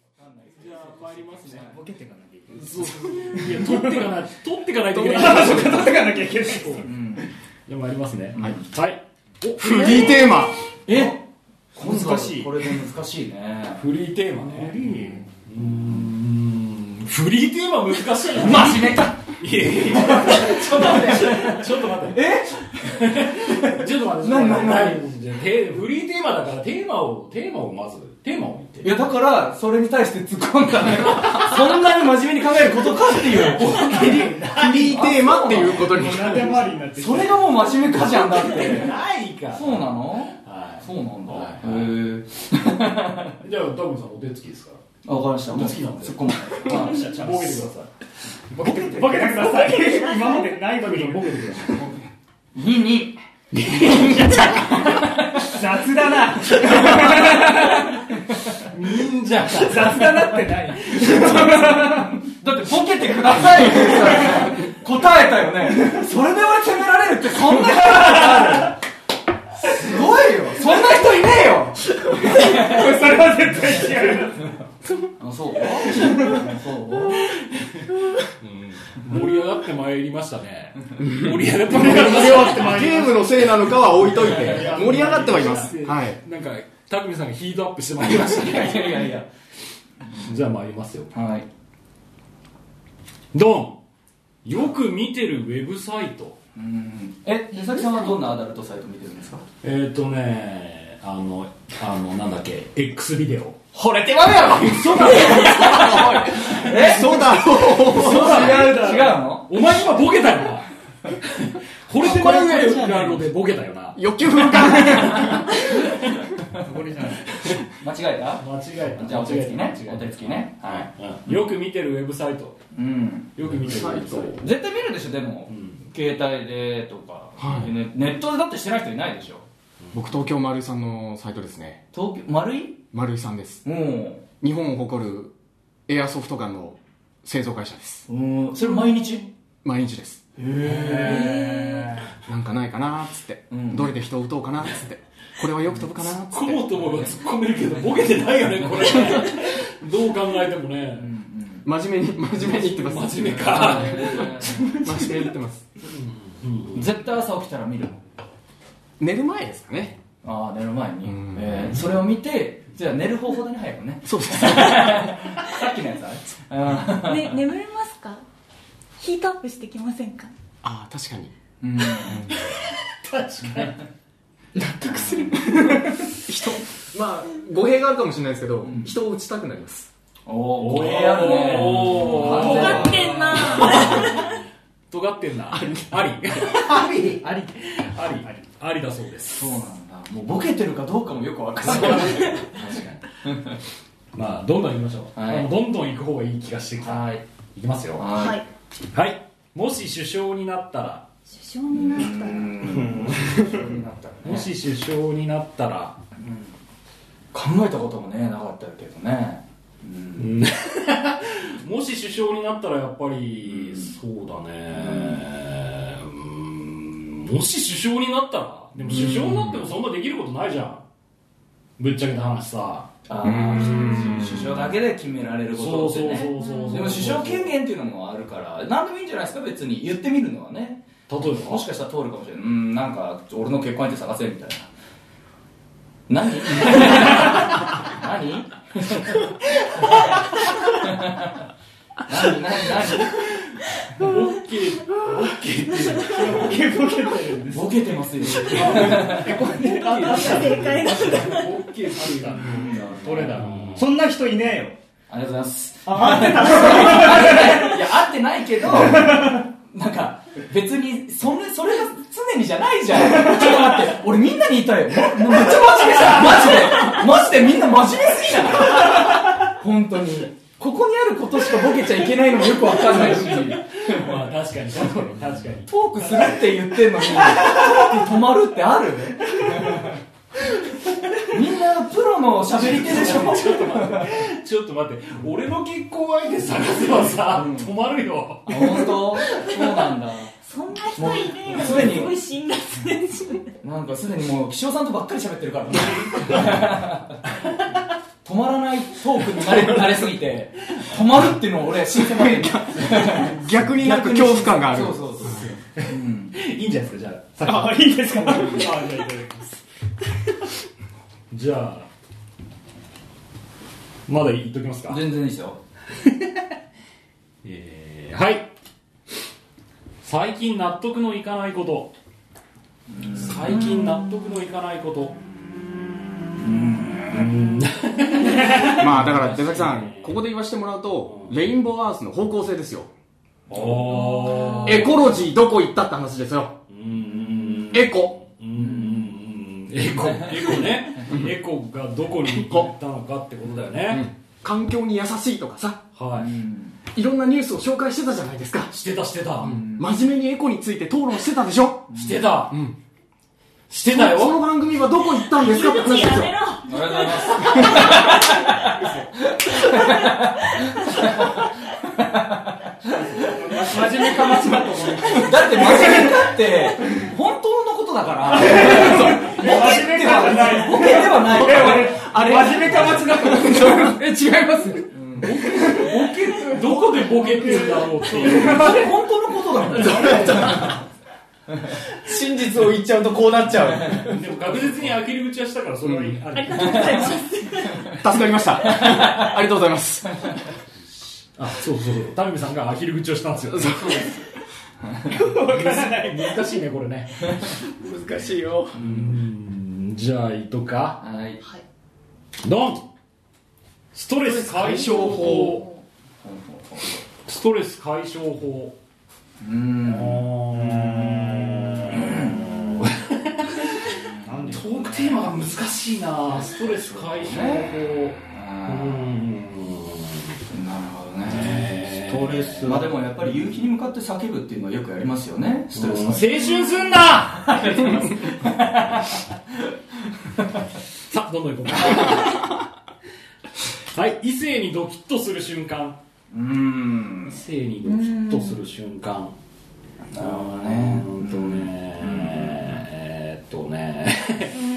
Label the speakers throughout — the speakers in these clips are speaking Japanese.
Speaker 1: ゃあ参りますね
Speaker 2: ボケていかなきゃいけない
Speaker 1: いや取ってかない取ってかないといけない
Speaker 2: 取っていかなきゃいけないうん
Speaker 1: じゃあ参りますね
Speaker 2: はい
Speaker 1: はいお
Speaker 3: フリーテーマ
Speaker 1: え
Speaker 2: 難しいこれで難しいね
Speaker 1: フリーテーマねうーんフリーテーマ難しいな
Speaker 2: 真面目か
Speaker 1: いやいやいやちょっと待って、ちょっと待って。えちょっと待って、
Speaker 2: ななな
Speaker 1: じゃあテーフリーテーマだから、テーマを、テーマをまず、テーマを言っ
Speaker 3: い
Speaker 1: て。
Speaker 3: やだからそれに対して突っ込んだの よそんなに真面目に考えることかって いうフリーフリーテーマっていうことに
Speaker 2: 縦回りになって
Speaker 3: それがもう真面目かじゃんだって
Speaker 1: ないか
Speaker 3: そうなの
Speaker 1: は
Speaker 3: そうなんだ
Speaker 1: はい
Speaker 3: へえ
Speaker 1: い。じゃあ、ダムさん、お手つきですか
Speaker 3: わかりましたもう
Speaker 1: 好きなんだよ
Speaker 3: 突っ込ま
Speaker 1: ら。
Speaker 3: ない
Speaker 1: じゃあ、ボケてください。ボケて
Speaker 2: ボケてください今までないのに
Speaker 1: ボケてください。
Speaker 3: 2に
Speaker 2: 雑だな
Speaker 3: 忍者か
Speaker 2: 雑だなってない
Speaker 3: だってボケてくださいってさ答えたよねそれで俺責められるってそんな人あるすごいよそんな人いねえよ
Speaker 2: それは絶対違う
Speaker 3: あそうあそう
Speaker 1: 盛り上がってまいりましたね。盛り上がってまいりました。
Speaker 3: ゲームのせいなのかは置いといて
Speaker 1: 盛り上がってはいます
Speaker 3: はい
Speaker 1: なんか、たくみさんがヒートアップしてまいりました
Speaker 3: いやい
Speaker 1: ね。
Speaker 3: やいやいや
Speaker 1: じゃあ、参りますよ。
Speaker 3: はい
Speaker 1: ドンよく見てるウェブサイト
Speaker 3: うんえ矢崎さんはどんなアダルトサイト見てるんですか
Speaker 1: えっ、ー、とねあのあのなんだっけ X ビデオ
Speaker 3: 惚れてまうやろ
Speaker 1: そうだ
Speaker 3: えそうだろ違うだ違うの
Speaker 1: お前今ボケたよな惚れてまうやなのでボケたよな
Speaker 3: 欲求分か
Speaker 2: これじゃない
Speaker 3: 間違えた
Speaker 1: 間違え
Speaker 3: じゃあお手つきねお
Speaker 1: 間違
Speaker 3: 手つきねはい
Speaker 1: えたうんよく見てるウェブサイト
Speaker 3: うん
Speaker 1: よく見てるウェブサイト
Speaker 3: 絶対見るでしょでも
Speaker 1: うん
Speaker 3: 携帯でとか、
Speaker 4: はい
Speaker 3: ねネットでだってしてない人いないでしょ
Speaker 4: 僕東京丸井さんのサイトですね
Speaker 3: 東京丸い
Speaker 4: 丸井さんです
Speaker 3: うん
Speaker 4: 日本を誇るエアソフトガンの製造会社です
Speaker 3: うんそれ毎日
Speaker 4: 毎日です
Speaker 3: へ
Speaker 4: なんかないかなーっつって、
Speaker 3: うん
Speaker 4: どれで人を撃とうかなーっつってこれはよく飛ぶかなーっつ
Speaker 1: 突っ
Speaker 4: っ
Speaker 1: 込もう
Speaker 4: て
Speaker 1: と思えば突っ込めるけどボケてないよね これどう考えてもね
Speaker 3: うんうん
Speaker 4: 真面目に 真面目に言ってます
Speaker 1: 真面目か
Speaker 4: 真面目に言ってます
Speaker 3: 絶対朝起きたら見るの
Speaker 4: 寝る前ですかね
Speaker 3: ああ寝る前に、
Speaker 4: うん
Speaker 3: えーそれを見てじゃあ寝る方法だね早くね
Speaker 4: そうです
Speaker 3: さっきのやつあ
Speaker 5: ね、眠れますかヒートアップしてきませんか
Speaker 4: ああ確かに
Speaker 3: れうん
Speaker 4: 人まあ語弊があるかもしれないですけど、
Speaker 3: うん
Speaker 4: 人を撃ちたくなります
Speaker 3: おおえあるね
Speaker 1: おー
Speaker 5: 尖ってんな
Speaker 1: 尖ってんなありあり
Speaker 3: あり
Speaker 1: ありありだそうです
Speaker 3: そうなんだもうボケてるかどうかもよくわからない
Speaker 1: まあどんどん行きましょう、
Speaker 3: はい
Speaker 1: あのどんどん行く方がいい気がしてきた、、
Speaker 3: はいい
Speaker 1: きますよ
Speaker 3: は
Speaker 5: はいい
Speaker 1: はいもし首相になったら
Speaker 5: 首相になったら
Speaker 1: もし首相になったら、
Speaker 3: 考えたこともねなかったけどねうん
Speaker 1: もし首相になったらやっぱり、
Speaker 3: うん
Speaker 1: そうだねうーんもし首相になったらでも首相になってもそんなできることないじゃんぶっちゃけた話さ
Speaker 3: あー首相だけで決められるこ
Speaker 1: そ
Speaker 3: と
Speaker 1: う
Speaker 3: って
Speaker 1: そうそう
Speaker 3: ね
Speaker 1: そうそう
Speaker 3: でも首相権限っていうのもあるから何でもいいんじゃないですか別に言ってみるのはね
Speaker 1: 例えば
Speaker 3: もしかしたら通るかもしれないうんなんか俺の結婚相手探せみたいな何何
Speaker 1: オ
Speaker 3: 何何何
Speaker 1: ッケーオッケーって
Speaker 2: ボケボケてる
Speaker 3: ボケてますよ
Speaker 5: 正解だ
Speaker 1: オッケーって言ったどれだろう
Speaker 2: そんな人いね
Speaker 3: ありがとうございます
Speaker 2: あ
Speaker 3: 合ってたいや合ってないけどなんか別にそれそれが常にじゃないじゃんちょっと待って俺みんなに言いたいよもうめっちゃ真面目じゃんマジでマジでみんな真面目すぎじゃない本当にここにあることしかボケちゃいけないのもよくわかんないし
Speaker 1: まあ確かに確かに確かに
Speaker 3: トークするって言ってんのにトーク止まるってあるみんなプロの喋り手でしょ
Speaker 1: ちょっと待って、俺の結婚相手探せばさ、
Speaker 3: うん
Speaker 1: 止まるよ。
Speaker 3: あ本当そうなんだ
Speaker 5: そんな人いねえよ
Speaker 3: もう
Speaker 5: す
Speaker 3: 常に
Speaker 5: ごい辛辣だし
Speaker 3: なんかすでにもう岸尾さんとばっかり喋ってるからね止止まらないトークに慣れ慣れすぎて止まるっていうのを俺新鮮なんだよ
Speaker 4: 逆になんか恐怖感がある
Speaker 3: そうそうそうそう、うん、
Speaker 1: いいんじゃないですか、じゃあ。
Speaker 2: あ、いいですかあ、じゃあいただきます。
Speaker 1: じゃあ、まだ言っときますか。
Speaker 3: 全然いいですよ
Speaker 1: えーはい。最近納得のいかないこと。最近納得のいかないこと。
Speaker 4: まあだから出崎さんここで言わせてもらうとレインボーアースの方向性ですよ
Speaker 1: おー。
Speaker 4: エコロジーどこ行ったって話ですよ
Speaker 1: うんうん
Speaker 4: エコ
Speaker 1: うんうんうんエコエコねエコがどこに行ったのかってことだよね、
Speaker 4: 環境に優しいとかさ
Speaker 1: は
Speaker 3: う
Speaker 1: い
Speaker 3: ん
Speaker 4: いろんなニュースを紹介してたじゃないですか
Speaker 1: してたしてた、
Speaker 4: 真面目にエコについて討論してたでしょ
Speaker 1: してた、
Speaker 4: ん
Speaker 1: してたよ
Speaker 4: その番組はどこ行ったんですかって話 ですよ
Speaker 5: めろ
Speaker 3: ありがとうございます
Speaker 2: 真面目か真面目かと思います。
Speaker 3: だって真面目かって 本当のことだからボケで
Speaker 2: 真面目かじゃない
Speaker 3: はボケではない
Speaker 2: いや俺あれ真面目か間違って
Speaker 4: え違います
Speaker 1: どこでボケてるんだろうっていう
Speaker 3: 本当のことだもん真実を言っちゃうとこうなっちゃう
Speaker 1: でも確実に開けり口はしたからそれはいい、あ
Speaker 5: あり
Speaker 1: れ
Speaker 5: がとうございます
Speaker 4: 助かりましたありがとうございます
Speaker 1: あそうそうそう田辺さんが開けり口をしたんですよ 難しいねこれね
Speaker 4: 難しいよ
Speaker 1: うんじゃあいとか
Speaker 3: はい
Speaker 1: ドンストレス解消法ストレス解消法
Speaker 3: うん
Speaker 1: トークテーマが難しいなストレス解消法
Speaker 3: なるほどねストレスまあでもやっぱり夕日に向かって叫ぶっていうのはよくやりますよねストレス
Speaker 1: 青春すんなさあどんどんいこうかはい異性にドキッとする瞬間
Speaker 3: うん
Speaker 1: 異性にドキッとする瞬間
Speaker 3: なるほどね
Speaker 1: うんとねえーっとね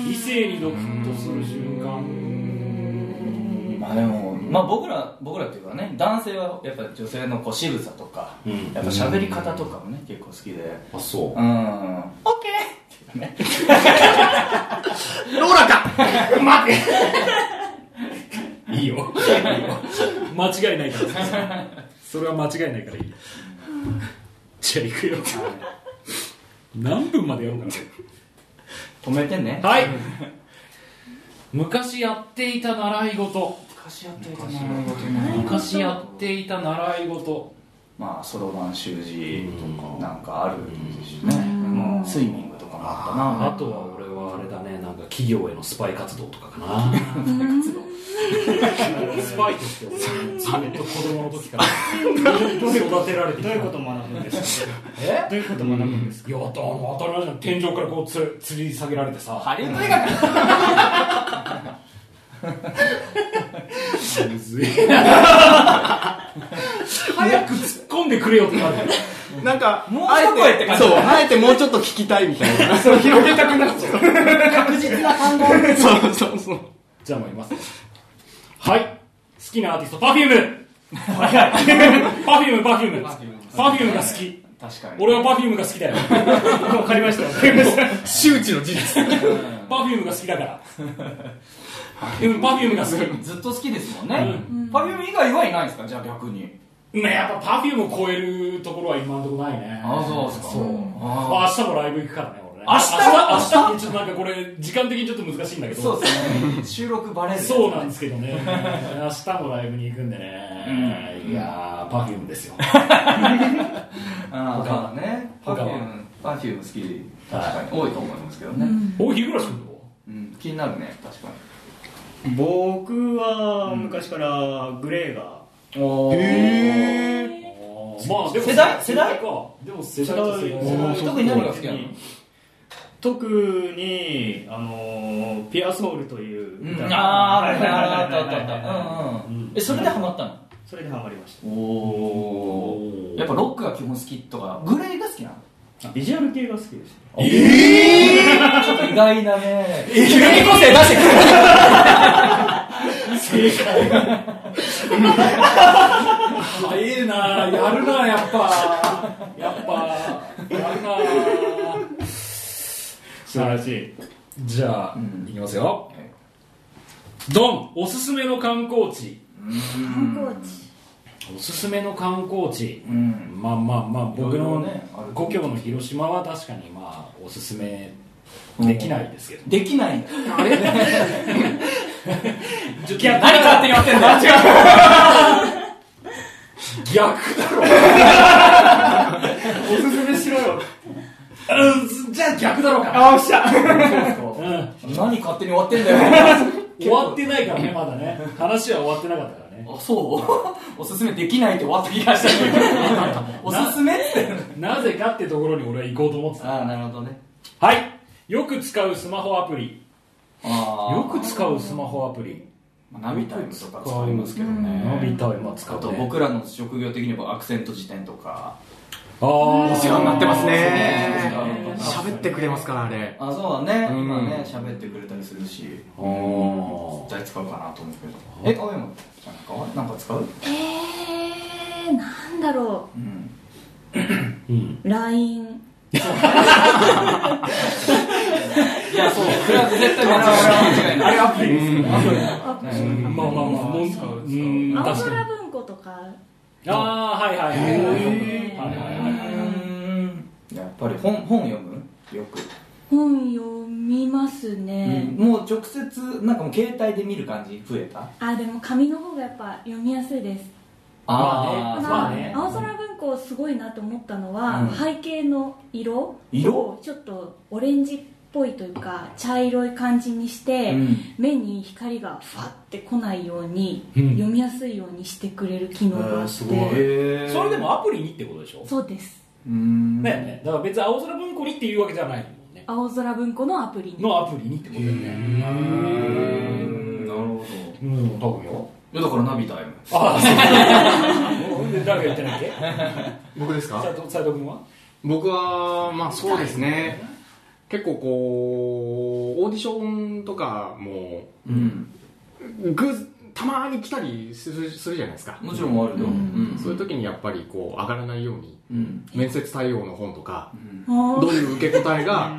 Speaker 1: 異性にドキッとする瞬間
Speaker 3: まあでもまあ僕ら僕らっていうかね男性はやっぱ女性のこう仕草とか
Speaker 1: うん
Speaker 3: やっぱ喋り方とかもね結構好きで
Speaker 1: あそう
Speaker 3: うん OK ね
Speaker 4: ローラか
Speaker 1: 待ていいよいいよ間違いないからそれは間違いないからいいよじゃあ行くよ何分までやろうか
Speaker 3: 止めてね
Speaker 1: なはい昔やっていた習い事
Speaker 3: 昔やっていた
Speaker 1: 昔やっていた習い事
Speaker 3: まあそろばん習字とかなんかあるでしょねうんスイミングとかもあ
Speaker 1: あとは俺はあれだねなんか企業へのスパイ活動とかかなスパイとして俺ずっと子供の時から育てられてき
Speaker 2: どう
Speaker 1: た
Speaker 2: いうことを学ぶんですか
Speaker 1: え
Speaker 2: どういうことを学ぶんですか
Speaker 1: いや、だ当たり前じゃん。天井からこうつ吊り下げられてさ。
Speaker 3: ったなハリウッド映画か
Speaker 1: むずい早く突っ込んでくれよってなる。
Speaker 4: なんか
Speaker 3: もう
Speaker 4: あえ
Speaker 3: 一声って
Speaker 4: て
Speaker 3: 感じ
Speaker 4: そうあえてもうちょっと聞きたいみたいなそう広げたくなっちゃう
Speaker 3: 確実な単語
Speaker 4: そうそうそう
Speaker 1: じゃあ参ります。はい。好きなアーティスト、パフューム パフューム、パフューム。パフュームが好き。
Speaker 3: 確かに
Speaker 1: 俺はパフュームが好きだよ。
Speaker 2: わかりました。わかりました。
Speaker 4: 周知の事実
Speaker 1: パフュームが好きだから。うん、パフュームが好き。
Speaker 3: ずっと好きですもんねパフューム以外はいないですかじゃあ逆に
Speaker 1: ね、やっぱパフュームを超えるところは今のところないね。
Speaker 3: あそうですか
Speaker 1: そう。
Speaker 3: あ
Speaker 1: まあ、明日もライブ行くからね、俺ね。
Speaker 3: 明日
Speaker 1: 明日明日ちょっとなんかこれ、時間的にちょっと難しいんだけど。
Speaker 3: そうですね収録バレる
Speaker 1: そうなんですけどね、明日もライブに行くんでね、いやー、パフュームです よ。
Speaker 3: ああだねパフ
Speaker 1: 他
Speaker 3: ュ
Speaker 1: は
Speaker 3: ームパフューム好き確かに多いと思いますけどね
Speaker 1: お日暮らし君ど
Speaker 3: うん気になるね確か
Speaker 2: 僕は昔からグレーが
Speaker 3: にお
Speaker 1: うまあ、でも
Speaker 3: 世代世代
Speaker 1: か。でも世代と世代
Speaker 2: 世代
Speaker 3: 特に何が好きなの
Speaker 2: 特にあのピアソウルという
Speaker 3: うん
Speaker 2: 歌が
Speaker 3: あーあ
Speaker 2: は
Speaker 3: れ
Speaker 2: い
Speaker 3: ね
Speaker 2: はい
Speaker 3: あれ
Speaker 2: は
Speaker 3: あっ
Speaker 2: い
Speaker 3: たあ
Speaker 2: はい
Speaker 3: ったあったうんうん
Speaker 1: うん
Speaker 3: えそれでハマったの
Speaker 2: それでハマりまし
Speaker 3: お
Speaker 1: お
Speaker 3: やっぱロックが基本好きとかグレイが好きなの
Speaker 2: たビジュアル系が好きでした
Speaker 3: ちょっと意外だね
Speaker 1: え
Speaker 3: 個性出してくる
Speaker 1: 正解早えなやるなやっぱやっぱやるな
Speaker 2: 素晴らしい
Speaker 1: じゃあ、いきますよドンおすすめの観光地
Speaker 5: 観光地
Speaker 1: おすすめの観光地
Speaker 3: うん
Speaker 1: まあまあまあ僕
Speaker 3: いろいろ
Speaker 1: の
Speaker 3: ねある
Speaker 1: 故郷の広島は確かにまあおすすめできないですけど
Speaker 3: できない
Speaker 1: あれいや
Speaker 3: 何勝手にやってんだ違う
Speaker 1: 逆だろおすすめしろようんじゃあ逆だろうか
Speaker 3: あおっしゃ
Speaker 1: うん
Speaker 3: 何勝手に終わってんだよ
Speaker 1: 終わってないからねまだね話は終わってなかったからね
Speaker 3: あそうおすすめできないって終わった気がした けどおすすめって
Speaker 1: なぜかってところに俺は行こうと思って
Speaker 3: ああなるほどね
Speaker 1: たはいよく使うスマホアプリ
Speaker 3: あ
Speaker 1: よく使うスマホアプリ
Speaker 3: くナビタイムとか使いますけど
Speaker 1: ナビ
Speaker 3: ね
Speaker 1: タイムは使
Speaker 3: あ
Speaker 1: う
Speaker 3: と
Speaker 1: ね
Speaker 3: 僕らの職業的にもアクセント辞典とか
Speaker 1: ああ
Speaker 4: お世話になってますね
Speaker 3: そうですね
Speaker 4: 喋ってくれますからあれ
Speaker 3: あそうだね
Speaker 4: うん
Speaker 3: 今ね喋ってくれたりするし絶
Speaker 1: あー
Speaker 3: 対使うかなと思うけどえ青山ちゃんなんかなんか使う
Speaker 5: えー、なんだろ
Speaker 3: うん
Speaker 1: うん
Speaker 5: う LINE
Speaker 3: いやそうそれは絶対間違いないあれアプリ
Speaker 5: アプリ
Speaker 1: まあまあまあもう
Speaker 3: 使う
Speaker 1: うん
Speaker 5: 青
Speaker 1: 確かに
Speaker 5: 空文庫とか
Speaker 1: ああはいはいはいはいはいはいはい
Speaker 3: やっぱり本本読むよく、
Speaker 5: 本読みますね、
Speaker 3: もう直接なんかもう携帯で見る感じ増えた
Speaker 5: あでも紙の方がやっぱ読みやすいです
Speaker 1: あー
Speaker 5: ただ
Speaker 1: まあね
Speaker 5: 青空文庫すごいなと思ったのは、
Speaker 3: うん
Speaker 5: 背景の色
Speaker 3: 色
Speaker 5: をちょっとオレンジっぽいというか茶色い感じにして、
Speaker 3: うん
Speaker 5: 目に光がファッて来ないように、
Speaker 1: うん
Speaker 5: 読みやすいようにしてくれる機能があって、
Speaker 1: それでもアプリにってことでしょ
Speaker 5: そうです
Speaker 3: うん
Speaker 1: だよねだから別に青空文庫にっていうわけじゃないもんね
Speaker 5: 青空文庫のアプリに
Speaker 1: のアプリにってことだよね
Speaker 3: なるほど
Speaker 1: うん多分よ
Speaker 3: いやだからナビタイム
Speaker 1: ああそうで誰が言ってないっけ
Speaker 4: 僕ですか
Speaker 1: 斉藤斉藤君は
Speaker 4: 僕はまあそうですね結構こうオーディションとかも
Speaker 3: うん
Speaker 4: ぐたまに来たりするするじゃないですか
Speaker 3: もちろんあるようん
Speaker 4: そういう時にやっぱりこう上がらないように
Speaker 3: うん
Speaker 4: 面接対応の本とか
Speaker 5: あー
Speaker 4: どういう受け答えが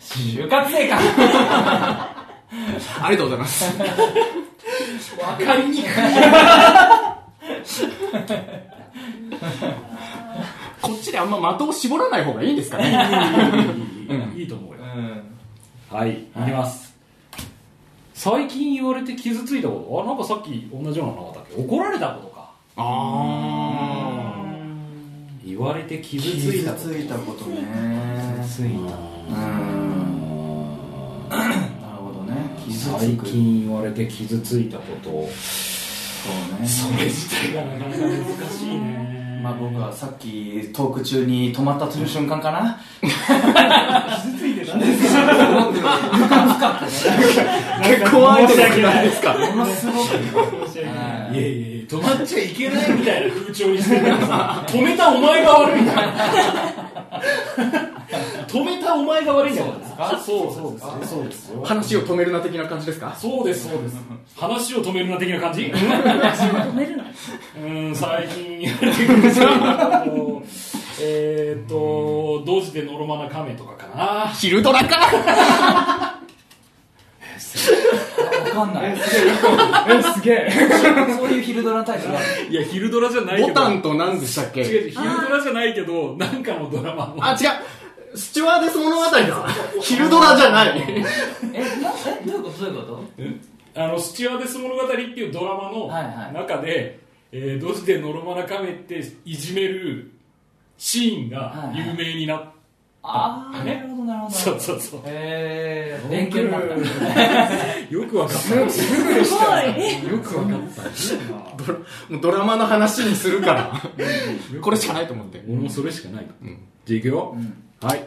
Speaker 3: 就活生か
Speaker 4: ありがとうございます
Speaker 1: 分かりにくい
Speaker 4: こっちであんま的を絞らない方がいいんですかね
Speaker 1: いいいいと思うよ
Speaker 3: ん
Speaker 1: はいいきます最近言われて傷ついたことあなんかさっき同じようなのなかったっけ怒られたことか
Speaker 4: あ
Speaker 1: 言われて傷つい
Speaker 3: 傷
Speaker 1: たこと
Speaker 3: ついたことね
Speaker 1: ついた
Speaker 3: うんなるほどね傷つ
Speaker 1: 最
Speaker 3: く
Speaker 1: 近言われて傷ついたこと
Speaker 3: そうね
Speaker 1: それ自体がなかなか難しいね
Speaker 3: まあ僕はさっきトーク中に止まったという瞬間かな傷ついてたんですか
Speaker 4: 結婚相手じゃないですか
Speaker 3: ものすごく
Speaker 1: いやいやいや止まっちゃいけないみたいな風潮にしてるからさ 止めたお前が悪いんだ止めたお前が悪いんだからそうそうですそうですよ
Speaker 4: 話を止めるな的な感じですか
Speaker 1: そうですそう です話を止めるな的な感 じ
Speaker 5: 話を止めるの
Speaker 1: うん最近言われてくるさえーっと同時でノロマな亀とかかな
Speaker 4: 昼ドラか
Speaker 3: 分かんないえすげえそういう昼ドラ対象が
Speaker 1: いや昼ドラじゃな
Speaker 4: ボタンと何でしたっ
Speaker 1: 違
Speaker 4: け
Speaker 1: う違う昼ドラじゃないけどなんかのドラマの
Speaker 4: あ違うスチュワーデス物語だ昼ドラじゃない
Speaker 3: えなえどういうことどういうこと
Speaker 1: あのスチュワーデス物語っていうドラマの
Speaker 3: はいはい
Speaker 1: 中で、えーどうしてノロマな亀っていじめるシーンが
Speaker 3: はいは
Speaker 1: 有
Speaker 3: い
Speaker 1: 名になっ
Speaker 3: ああ
Speaker 1: ね
Speaker 3: なるほどなるほど
Speaker 1: そうそうそう
Speaker 3: えー、勉強になった
Speaker 1: よくわかった
Speaker 5: すごい
Speaker 4: よくわかったドラもうドラマの話にするから これしかないと思って
Speaker 1: 俺もそれしかないと、じゃあいくよ、
Speaker 3: うん
Speaker 1: はい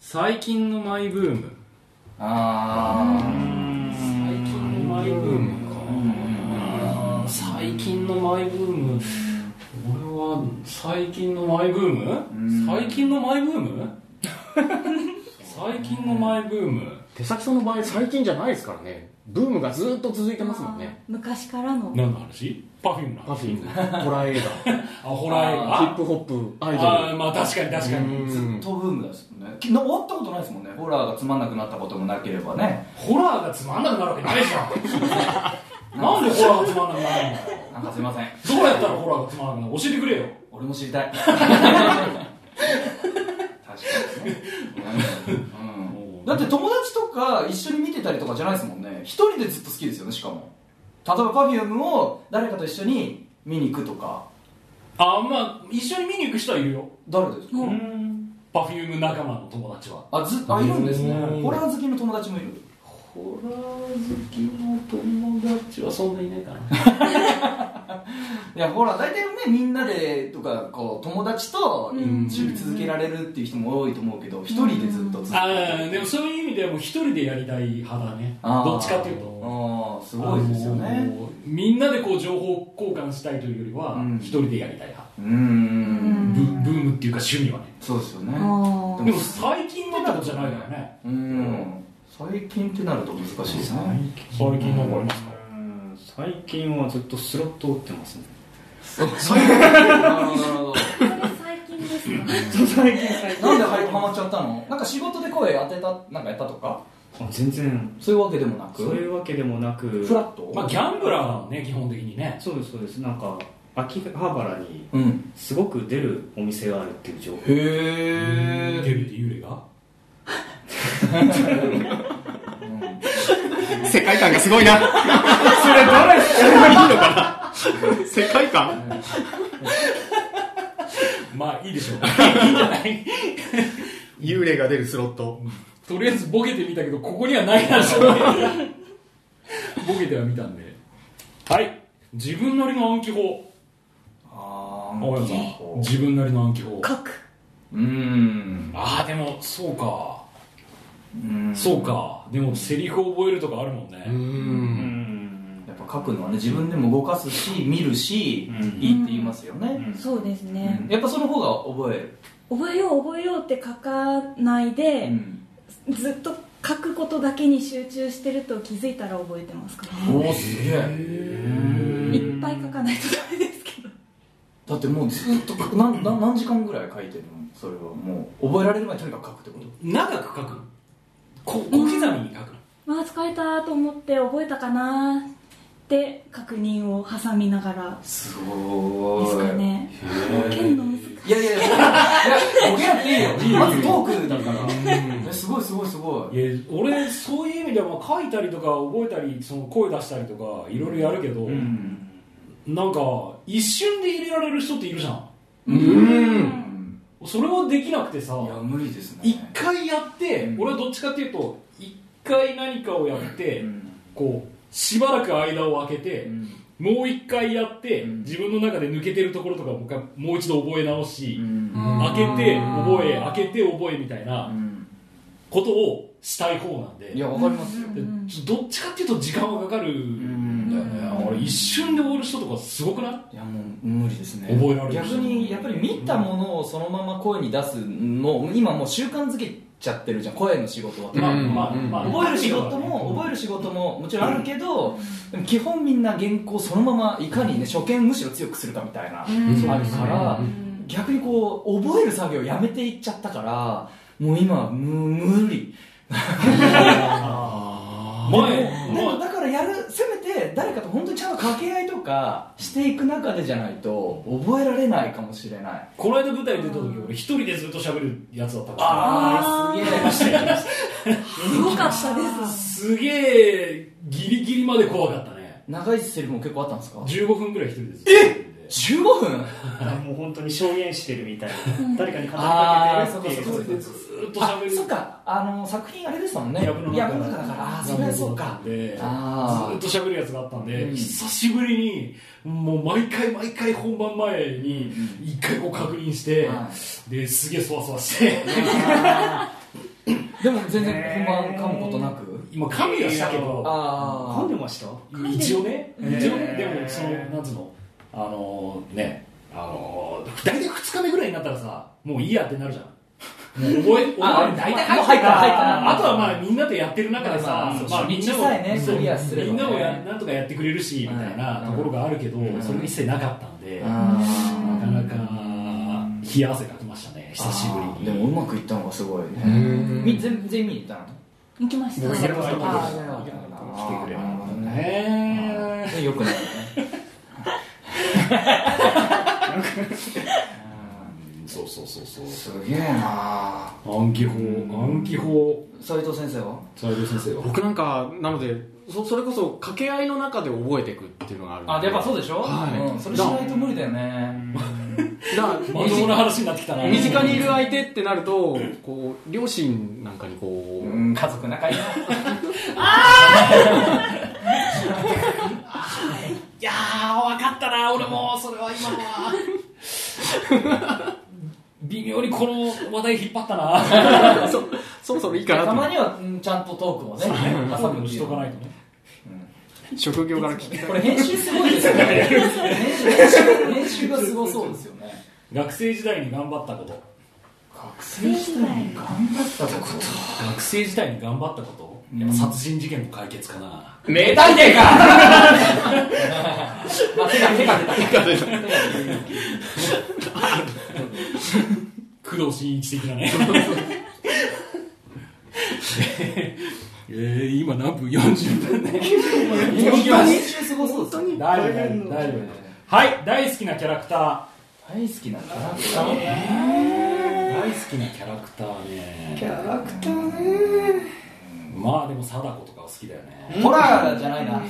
Speaker 1: 最近のマイブーム
Speaker 3: あ
Speaker 1: 最近のマイブームか、最近のマイブーム俺は最近のマイブーム、
Speaker 3: うん
Speaker 1: 最近のマイブーム 最近のマイブーム
Speaker 4: 手先さんの場合最近じゃないですからねブームがずっと続いてますもんね
Speaker 5: あー昔からの
Speaker 1: 何の話パフィンの
Speaker 4: パ
Speaker 1: 話
Speaker 4: フィンホラー映
Speaker 1: あホラー映
Speaker 4: 画ヒッ
Speaker 1: 画
Speaker 4: プホップアイドル
Speaker 1: ああまあ確かに確か
Speaker 4: う
Speaker 1: に
Speaker 4: ん
Speaker 3: トブームですもんねき終わったことないですもんねホラーがつまんなくなったこともなければね
Speaker 1: ホラーがつまんなくなるわけないじゃんなんでホラーがつまんなくなるんだ
Speaker 3: なんかすいません
Speaker 1: どうやったらホラーがつまんなくなる教えてくれよ
Speaker 3: 俺も知りたい確かにね、うん、だって友達とか一緒に見てたりとかじゃないですもんね一人でずっと好きですよねしかも例えば Perfume を誰かと一緒に見に行くとか
Speaker 1: ああまあ一緒に見に行く人はいるよ
Speaker 3: 誰ですか、
Speaker 1: パフューム仲間の友達は
Speaker 3: あずあいるんですね
Speaker 4: うん
Speaker 3: ホラー好きの友達もいる
Speaker 1: ホラー好きの友達はそんないないかない
Speaker 3: やほら大体ねみんなでとかこう友達と
Speaker 5: うん
Speaker 3: 趣味続けられるっていう人も多いと思うけど一人でずっと続け
Speaker 1: あ
Speaker 3: て
Speaker 1: ーでもそういう意味ではもう一人でやりたい派だね
Speaker 3: あー
Speaker 1: どっちかっていうと
Speaker 3: ああすごいですよ
Speaker 1: あ
Speaker 3: ね
Speaker 1: のーみんなでこう情報交換したいというよりは
Speaker 3: うん
Speaker 1: 一、人でやりたい派
Speaker 3: うーん
Speaker 1: ブブームっていうか趣味はね
Speaker 3: そうですよね
Speaker 5: あ
Speaker 3: で
Speaker 5: ー
Speaker 1: でも最近のってことじゃないからね
Speaker 3: うん最近ってなると難しいですね
Speaker 1: 最近の思いますか
Speaker 2: うん最近はずっとスロット打ってますね
Speaker 3: なるほどなるほ
Speaker 5: それ最近ですかね
Speaker 2: 最近最
Speaker 3: どなんで俳句ハマっちゃったのなんか仕事で声当てたなんかやったとか
Speaker 2: 近全然
Speaker 3: そういうわけでもな
Speaker 2: そうい
Speaker 3: く
Speaker 2: うわけでもなく
Speaker 3: フラット
Speaker 1: まあギャンブラーだもんね基本的にね
Speaker 2: そうですそうですなんか秋葉原に
Speaker 3: うん
Speaker 2: すごく出るお店があるっていう情報
Speaker 3: へ
Speaker 1: デ
Speaker 3: え
Speaker 1: ビューで幽霊が
Speaker 4: 世界観がすごいなそれど れいいのかな 世界観
Speaker 1: まあいいでしょう いいんじゃない
Speaker 4: 幽霊が出るスロット
Speaker 1: とりあえずボケてみたけどここにはないなしょボケてはみたんではい自分なりの暗記法
Speaker 3: あ
Speaker 1: 青山さん自分なりの暗記法
Speaker 5: 書く
Speaker 3: うん
Speaker 1: ああでもそうか
Speaker 3: うん
Speaker 1: そうかでもセリフを覚えるとかあるもんね、
Speaker 4: うん
Speaker 2: ん
Speaker 3: やっぱ書くのはね自分でも動かすし見るし、
Speaker 2: うん
Speaker 3: いいって言いますよね、
Speaker 5: そうですね、
Speaker 3: やっぱその方が覚える、
Speaker 5: 覚えよう覚えようって書かないで、ずっと書くことだけに集中してると気づいたら覚えてますから、
Speaker 3: おおすげえ
Speaker 5: いっぱい書かないとダメですけど
Speaker 3: だってもうずっと何何何時間ぐらい書いてるのそれはもう覚えられる前にとにかく書くってこと
Speaker 1: 長く書くこ小刻みに書く
Speaker 5: まあ疲れたと思って覚えたかなって確認を挟みながら
Speaker 3: す
Speaker 5: です
Speaker 3: ご
Speaker 5: かね受けるの難しい
Speaker 3: いやいやいやいやボケなくていいよまずトークだからえすごいすごいすごい
Speaker 1: いや俺そういう意味ではまあ書いたりとか覚えたりその声出したりとかいろいろやるけど、
Speaker 2: うん
Speaker 1: なんか一瞬で入れられる人っているじゃん
Speaker 4: うん
Speaker 1: それはできなくてさ
Speaker 3: いや無理ですね
Speaker 1: 一回やって、
Speaker 3: うん
Speaker 1: 俺はどっちかっていうと一回何かをやって、
Speaker 3: うん
Speaker 1: こうしばらく間を空けて、もう一回やって、
Speaker 3: うん
Speaker 1: 自分の中で抜けてるところとかもう一回もう一度覚え直し、
Speaker 3: うん
Speaker 1: 開けて覚え開けて覚えみたいうなんことをしたい方なんで
Speaker 3: いやわかりますよ
Speaker 5: うん
Speaker 1: でどっちかっていうと時間はかかるんだよね、
Speaker 3: うん
Speaker 1: 俺一瞬で終わる人とかすごくない
Speaker 3: いやもう無理ですね
Speaker 1: 覚えられる
Speaker 3: 逆にやっぱり見たものをそのまま声に出すの今もう習慣づけちゃってるじゃん声の仕事は、
Speaker 4: うん
Speaker 1: まあまあまあ、
Speaker 3: 覚える仕
Speaker 1: だ
Speaker 3: 事
Speaker 1: ね
Speaker 3: も覚える仕事ももちろんあるけど、でも基本みんな原稿そのままいかにね初見むしろ強くするかみたいな、
Speaker 5: うん
Speaker 3: あるから、
Speaker 5: うん
Speaker 3: 逆にこう覚える作業やめていっちゃったからもう今む無理
Speaker 1: 前
Speaker 3: でも
Speaker 1: 前
Speaker 3: だからやるせめて誰かと本当にちゃんと掛け合いとかしていく中でじゃないと覚えられないかもしれない
Speaker 1: この間舞台出た時俺一人でずっと喋るやつだったから
Speaker 3: あ
Speaker 5: あ
Speaker 3: あ
Speaker 5: ー
Speaker 3: すげえ
Speaker 5: すごかったです
Speaker 1: すげえギリギリまで怖かったね
Speaker 3: 長いセリフも結構あったんですか
Speaker 1: 15分ぐらい一人でずっと喋ってて
Speaker 3: 15分
Speaker 2: もう本当に証言してるみたいな誰かに語り
Speaker 3: あー
Speaker 2: かけてるって
Speaker 3: そ
Speaker 2: いうう
Speaker 1: ずーっ
Speaker 3: かそうか
Speaker 1: と
Speaker 3: あ
Speaker 1: 喋る
Speaker 3: そっかあの作品あれでしたもんね
Speaker 1: やぶの
Speaker 3: や
Speaker 1: 中
Speaker 3: ぶ
Speaker 1: だ
Speaker 3: の中だからあーそれはそう
Speaker 1: だっ
Speaker 3: か
Speaker 1: たんでず
Speaker 3: あー
Speaker 1: ーっと喋るやつがあったんで、
Speaker 3: うん
Speaker 1: 久しぶりにもう毎回毎回本番前に一回こう確認して、
Speaker 3: は
Speaker 1: ですげえそわそわ して
Speaker 3: でも全然本番噛むことなく
Speaker 1: 今神がしたけど
Speaker 2: 噛
Speaker 3: あ
Speaker 2: んでました
Speaker 1: 一応ね
Speaker 2: ー
Speaker 1: 一応ねでもそのなんつうのあのねあの大体2日目ぐらいになったらさもういいやってなるじゃん 覚え、
Speaker 3: あ
Speaker 1: 覚え
Speaker 3: 大体入ったな入ったな
Speaker 1: あとはまあみんなとやってる中で
Speaker 3: まあ
Speaker 1: さ
Speaker 3: まあそう、
Speaker 1: まあみんな
Speaker 3: 初日さえね
Speaker 1: そう
Speaker 3: クリアすれば
Speaker 1: み
Speaker 3: ね
Speaker 1: んなをやなんとかやってくれるし、みたいなところがあるけど
Speaker 3: ん、
Speaker 1: それが一切なかったんで、なか
Speaker 3: あ
Speaker 1: なか冷や汗かきましたね、久しぶり
Speaker 6: で
Speaker 1: に。
Speaker 6: もうまくいったのがすごいね
Speaker 3: ーみ全全員見に行ったの
Speaker 5: 行きました
Speaker 4: 僕行けなかった
Speaker 5: あ
Speaker 4: けど
Speaker 1: 来て
Speaker 3: あ
Speaker 1: くれなかった
Speaker 6: ね
Speaker 1: ね。
Speaker 3: ーよくないよね
Speaker 1: そうそうそうそう。
Speaker 6: すげえな
Speaker 1: 暗記法、暗記法、
Speaker 3: 斉藤先生は
Speaker 1: 斉藤先生は。
Speaker 4: 僕なんかなのでそそれこそ掛け合いの中で覚えていくっていうのがあるん
Speaker 3: あでやっぱそうでしょ
Speaker 4: はい
Speaker 3: うんそれしないと無理だよね
Speaker 4: だから
Speaker 1: まともな話になってきたな。
Speaker 4: 身近にいる相手ってなるとこう両親なんかにこう、
Speaker 6: うん
Speaker 3: 家族仲いいな
Speaker 1: いやー、わかったな、俺も、それは今のは。微妙にこの話題引っ張ったな。
Speaker 4: そそろそろいいかなと
Speaker 3: た
Speaker 4: 思っ
Speaker 3: ま
Speaker 4: て
Speaker 3: にはうんちゃんとトークもね
Speaker 1: 朝
Speaker 3: 挟む
Speaker 1: も
Speaker 3: って
Speaker 1: し
Speaker 3: いう
Speaker 1: とか
Speaker 3: の
Speaker 1: ないとね。
Speaker 4: 職業から聞きたい
Speaker 3: これ編集すごいですよね編集編集編集がすごそうですよね
Speaker 1: 学生時代に頑張ったこと。
Speaker 3: 学
Speaker 5: 生時代に
Speaker 3: 頑張ったこ
Speaker 1: 学生時代に頑張ったこと。やっぱ殺人事件の解決かな。
Speaker 3: と名探偵かまあ手が手が出た
Speaker 1: 工藤新一的な ね。
Speaker 7: えー、今何分40分
Speaker 3: 編集すごそうですよね
Speaker 1: 大丈夫、大丈夫。はい、大好きなキャラクター。
Speaker 3: 大好きなキャラクター
Speaker 1: 大好きなキャラクターね。キャラクターね。まあでも、貞子とかは好きだよね。
Speaker 3: ホラーじゃないな。なん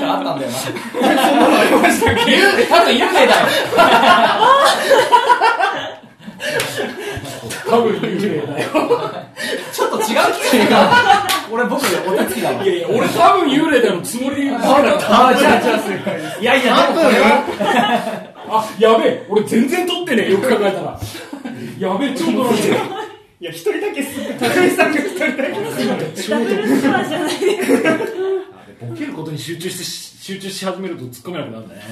Speaker 3: かあったんだよな。そんなのありましたっけ多分幽霊だよ。
Speaker 1: 多分幽霊だよ。
Speaker 3: ちょっと違う気がするな。俺僕オタ好きだわ。
Speaker 1: いやいや、俺多分幽霊だよのつもりで言う
Speaker 3: あ、じゃあじゃあ正解いやいや、でもこれは。
Speaker 1: あ、やべえ、俺全然撮ってねえ、よく考えたら。やべえ、超撮られてる。
Speaker 6: いや一人だけす高井さんが一人だけ
Speaker 5: ダブルスコアじゃないですか
Speaker 1: ボケることに集中して、集中し始めると突っ込めなくなるんだね。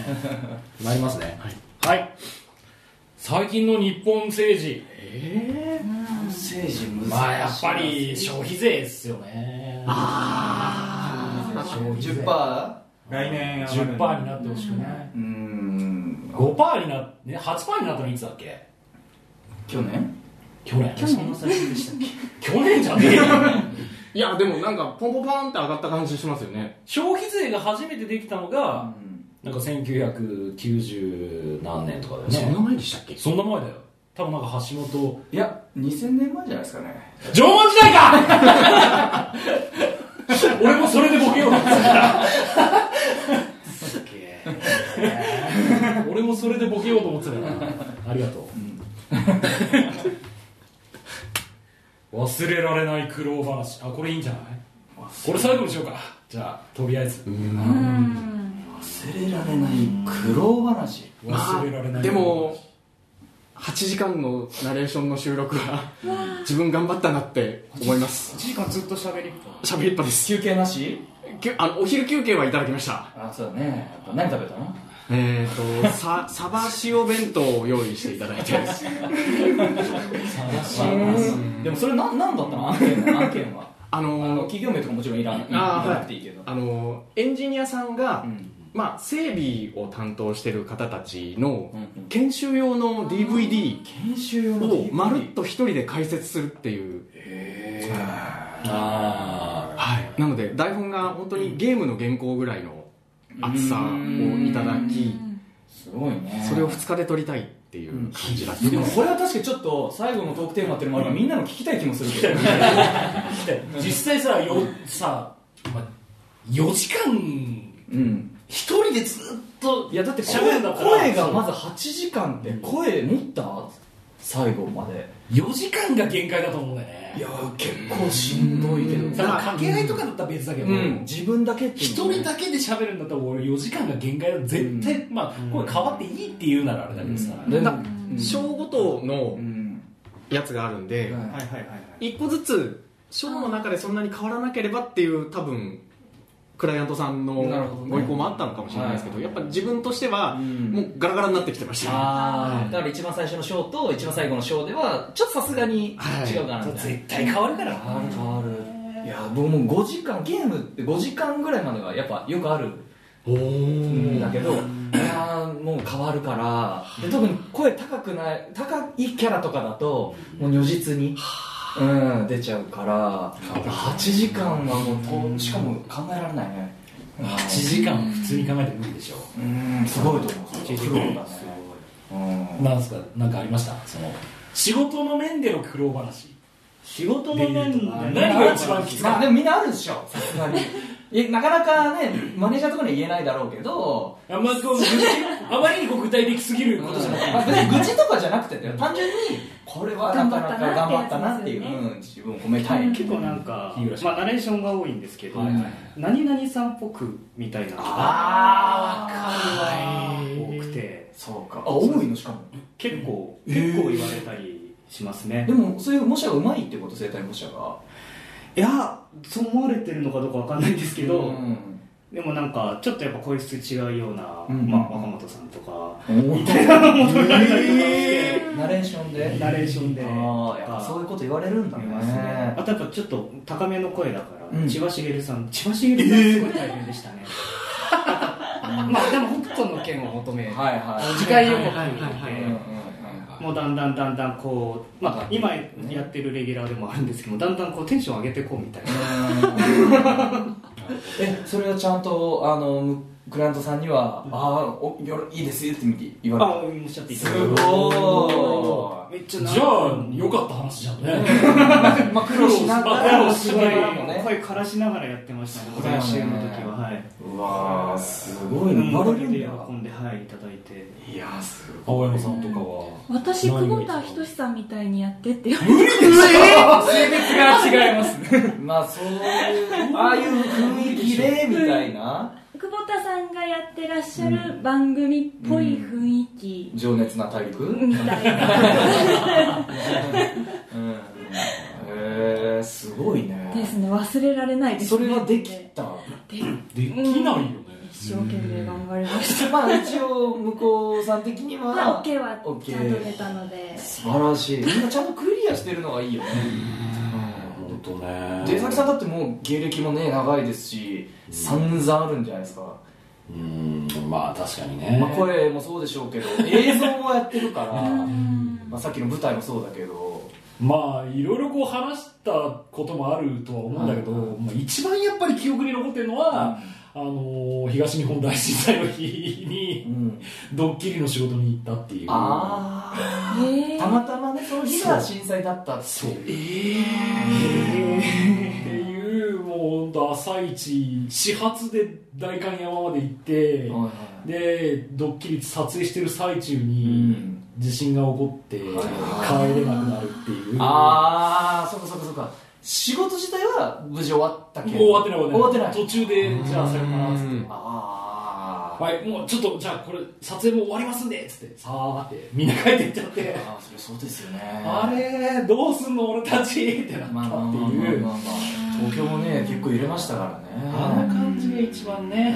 Speaker 1: なりますね。はい。最近の日本政治。
Speaker 6: 政治難しい
Speaker 1: まあ、やっぱり消費税ですよね。
Speaker 3: 10%? あ
Speaker 6: 来年
Speaker 1: 10%になってほしくない。
Speaker 6: うん
Speaker 1: 5%になっ、ね、8%になったのいつだっけ
Speaker 6: 去年
Speaker 1: 去年。
Speaker 5: 去年
Speaker 1: 去年じゃねえよ。
Speaker 4: いやでもなんかポンポンポンって上がった感じしますよね
Speaker 1: 消費税が初めてできたの
Speaker 6: う
Speaker 1: が、
Speaker 6: ん
Speaker 1: なんか1990何年とかだよね。
Speaker 4: そんな前でしたっけ
Speaker 1: そんな前だよ。多分なんか橋本。
Speaker 6: いや2000年前じゃないですかね
Speaker 1: 縄文時代か 俺もそれでボケようと思ってた。すげえ。俺もそれでボケようと思ってたから。ありがとう。忘れられない苦労話。あ、これいいんじゃないこれ最後にしようか。じゃあ、とりあえず。
Speaker 5: うん
Speaker 6: 忘れられない苦労話
Speaker 1: 忘れられない苦労話。
Speaker 4: でも8時間のナレーションの収録は自分頑張ったなって思います
Speaker 6: 1時間ずっと喋りっぱ
Speaker 4: 喋りっぱです
Speaker 3: 休憩なし
Speaker 4: きゅあのお昼休憩はいただきました
Speaker 6: あそうだねやっぱ何食べたの
Speaker 4: えー、とさサバ塩弁当を用意していただいて
Speaker 3: でもそれなんなんだったの案件は。案件は。
Speaker 4: あ
Speaker 3: あの
Speaker 4: の
Speaker 3: 企業名とかもちろんいらんいい
Speaker 4: あー
Speaker 3: らなくていいけど。
Speaker 4: あのエンジニアさんが、
Speaker 3: うん
Speaker 4: まあ、整備を担当してる方たちの
Speaker 3: うんうん
Speaker 4: 研修用の DVD
Speaker 3: 研修用
Speaker 4: をまるっと一人で解説するっていう、
Speaker 1: あ
Speaker 4: はい、なので台本が本当にゲームの原稿ぐらいの厚さをいただき
Speaker 6: すごいね
Speaker 4: それを2日で撮りたいっていう感じだった
Speaker 3: でもこれは確かにちょっと最後のトークテーマっていうのもあるからみんなの聞きたい気もするけど
Speaker 1: あ。実際さ、よ、さ、ま4時間、
Speaker 6: うん
Speaker 1: 一人でずっと
Speaker 3: いやだって声
Speaker 1: 喋るんだから
Speaker 3: 声がまず8時間って声持った最後まで
Speaker 1: 4時間が限界だと思うんだよね
Speaker 3: いやー結構しんどいけど
Speaker 1: だから掛け合いとかだったら別だけど、
Speaker 4: うん
Speaker 3: 自分だけって
Speaker 1: 一
Speaker 3: いうのね
Speaker 1: 人だけで喋るんだったら俺4時間が限界だ絶対、まあこれ変わっていいって言うならあれだけどさ、
Speaker 6: で
Speaker 4: な章ごとの
Speaker 6: うん
Speaker 4: やつがあるんで、
Speaker 6: はい
Speaker 1: はいはい
Speaker 4: 一個ずつ章の中でそんなに変わらなければっていう多分クライアントさんの
Speaker 3: なるほどね
Speaker 4: ご意向もあったのかもしれないですけど、
Speaker 3: はい
Speaker 4: やっぱ自分としては、
Speaker 3: うん
Speaker 4: もうガラガラになってきてました、
Speaker 3: あーだから一番最初の章と一番最後の章ではちょっとさすがに
Speaker 4: はい
Speaker 3: 違うかなみたい
Speaker 1: 絶対変わるから
Speaker 3: な、あるあるいや僕も5時間ゲームって5時間ぐらいまではやっぱよくある
Speaker 1: おお
Speaker 3: んだけど、いやーもう変わるからで特に声高くない高いキャラとかだともう如実に、うん、出ちゃうから8時間はもうとしかも考えられないね
Speaker 1: 8時間普通に考えても無理でしょ
Speaker 3: うんすごいと思う
Speaker 1: 8時
Speaker 3: 苦労だねうん
Speaker 1: なんすかなんかありましたその
Speaker 8: 仕事の面での苦労話
Speaker 1: 仕事
Speaker 8: の面で
Speaker 1: 何
Speaker 8: 何
Speaker 1: が
Speaker 8: が
Speaker 1: 一
Speaker 8: 一
Speaker 1: 番
Speaker 8: 番
Speaker 1: き
Speaker 8: き
Speaker 1: つ
Speaker 8: つ
Speaker 1: か
Speaker 3: ま
Speaker 1: っ
Speaker 3: あでもみんなあるでしょさすがに いやなかなかねマネージャーとかには言えないだろうけど
Speaker 8: あ,、まあ、こう具体あまりにこう具体的すぎる
Speaker 3: ま
Speaker 8: ことじゃない、
Speaker 3: あ別に愚痴とかじゃなくてだよ単純にこれはなかなか頑
Speaker 5: 頑
Speaker 3: 張
Speaker 5: 張
Speaker 3: っ
Speaker 5: ったた
Speaker 3: な
Speaker 5: な
Speaker 3: っ
Speaker 5: ってて
Speaker 3: い
Speaker 5: や
Speaker 3: う
Speaker 5: つですよね
Speaker 3: うん自分を褒めたい
Speaker 6: 結構なんか
Speaker 1: いいぐらい、
Speaker 6: まあ、ナレーションが多いんですけど、
Speaker 1: はいはいはい
Speaker 6: 何々さんっぽくみたいなのが
Speaker 3: あ
Speaker 6: 多
Speaker 3: あ
Speaker 6: くて
Speaker 3: そうかあ多いのしかも
Speaker 6: 結構結構言われたりしますね
Speaker 3: でもそういう模写がうまいってこと生体模写が
Speaker 6: いやそう思われてるのかどうかわかんないんですけど、
Speaker 3: うん
Speaker 6: でもなんかちょっとやっぱ声質違うような、
Speaker 3: うん
Speaker 6: まあ、若本さんとか
Speaker 3: みたいなナレーションで
Speaker 6: ナレーションで
Speaker 3: ああやっぱそういうこと言われるんだ
Speaker 6: いますね
Speaker 3: ね
Speaker 6: あとやっぱちょっと高めの声だから、
Speaker 3: うん
Speaker 6: 千葉茂さん千葉茂さんすごい大変でしたね、 まあでも北斗の剣を求め、
Speaker 3: はいはい
Speaker 6: 次回予告
Speaker 3: うんうんうんうん
Speaker 6: もうだんだんだんだんこう、まあ、今やってるレギュラーでもあるんですけどだんだんこうテンション上げてこうみたいな
Speaker 3: えそれはちゃんとあのむクライアントさんには「ああおよいいですよ」って見て言わ
Speaker 6: あおっしゃって
Speaker 3: れ
Speaker 6: い
Speaker 3: たす
Speaker 6: ただいて
Speaker 3: ご
Speaker 6: めっちゃ
Speaker 1: じゃあ良かった話じゃんね
Speaker 3: いまあ苦労しなが
Speaker 6: あ
Speaker 3: ら
Speaker 6: でもすごい
Speaker 3: ね
Speaker 6: 声枯らしながらやってましたね
Speaker 3: そうだよね
Speaker 6: 練習の時ははいう
Speaker 3: わーすごい
Speaker 6: うん
Speaker 3: の言
Speaker 6: おか
Speaker 3: われ
Speaker 6: げ
Speaker 3: る
Speaker 6: で
Speaker 3: ん
Speaker 6: 喜
Speaker 3: だ
Speaker 6: んではいいただいて
Speaker 3: いやーす
Speaker 1: 青山さんとかは
Speaker 5: 私久保田仁さんみたいにやってって言われ
Speaker 3: 性別が違いますねまあそういうああいう雰囲気でみたいな
Speaker 5: て久保田さんがやってらっしゃる番組っぽい雰囲気
Speaker 3: 情熱な大陸
Speaker 5: みたいな
Speaker 3: うんへえすごいね
Speaker 5: ですね忘れられないです
Speaker 3: そ
Speaker 5: ね
Speaker 3: れはできた
Speaker 5: で
Speaker 1: できないよね
Speaker 5: 一生懸命頑張りました
Speaker 3: まあ一応向こうさん的に
Speaker 5: まあ
Speaker 3: は
Speaker 5: OK は
Speaker 3: オッケ
Speaker 5: ち
Speaker 3: ー
Speaker 5: ゃんと出たので
Speaker 3: 素晴らしいみんなちゃんとクリアしてるのがいいよね
Speaker 1: 本当ね
Speaker 3: 出崎さんだってもう芸歴もね長いですし散々あるんじゃないですか、
Speaker 1: うーんまあ確かにね
Speaker 3: まあ、声もそうでしょうけど映像もやってるから
Speaker 5: うん
Speaker 3: まあさっきの舞台もそうだけど
Speaker 1: まあいろいろこう話したこともあるとは思うんだけど、まあ、一番やっぱり記憶に残ってるのは、あのー東日本大震災の日
Speaker 3: う
Speaker 1: に
Speaker 3: ん
Speaker 1: ドッキリの仕事に行ったっていう
Speaker 3: ああ
Speaker 5: へえ
Speaker 3: たまたまねその日が震災だったって
Speaker 1: そうって
Speaker 6: え
Speaker 1: いうもうほんと朝一始発で代官山まで行って、
Speaker 3: はいはい
Speaker 1: でドッキリ撮影してる最中
Speaker 3: う
Speaker 1: に
Speaker 3: ん
Speaker 1: 地震が起こって帰れなくなるっていう
Speaker 3: ああそっかそっかそっか仕事自体は無事終わったけど
Speaker 1: もう終わってない
Speaker 3: 終わってない
Speaker 1: 途中でじゃあさよならっつって
Speaker 4: うん
Speaker 3: ああ
Speaker 1: はい、もうちょっとじゃあこれ撮影も終わりますんでっつってさあってみんな帰っていっちゃ って
Speaker 3: ああそれそうですよね
Speaker 1: あれどうすんの俺たちってな
Speaker 3: まあ
Speaker 1: っ
Speaker 3: ま
Speaker 1: たっ
Speaker 3: あ
Speaker 1: て
Speaker 3: まあまあ
Speaker 1: いう
Speaker 3: まあ東京もね結構揺れましたからね
Speaker 1: あの感じが一番ね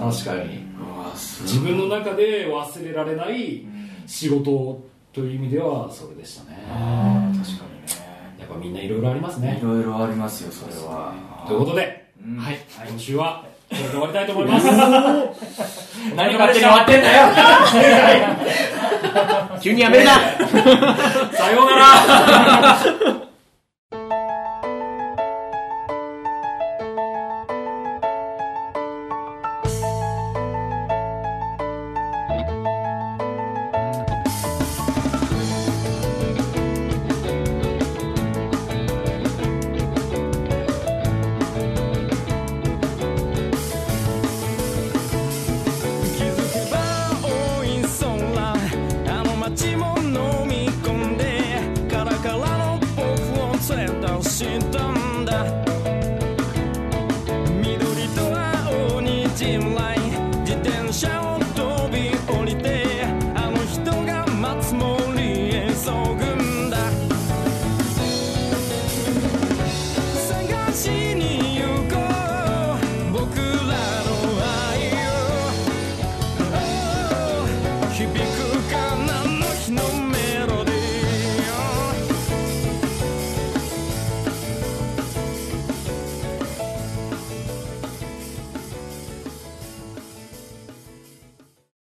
Speaker 3: うん
Speaker 1: 確かに
Speaker 3: うわす
Speaker 1: 自分の中で忘れられない
Speaker 3: うん
Speaker 1: 仕事という意味ではそれでしたね
Speaker 3: あー確かに
Speaker 1: やっぱみんないろいろあります
Speaker 3: ね
Speaker 1: ね
Speaker 3: いろいろありますよそれは
Speaker 1: ということで、
Speaker 3: うん
Speaker 1: はい、今週はこれで終わりたいと思います
Speaker 3: 何勝手に終わってんだよ
Speaker 4: 急にやめるな
Speaker 1: さようなら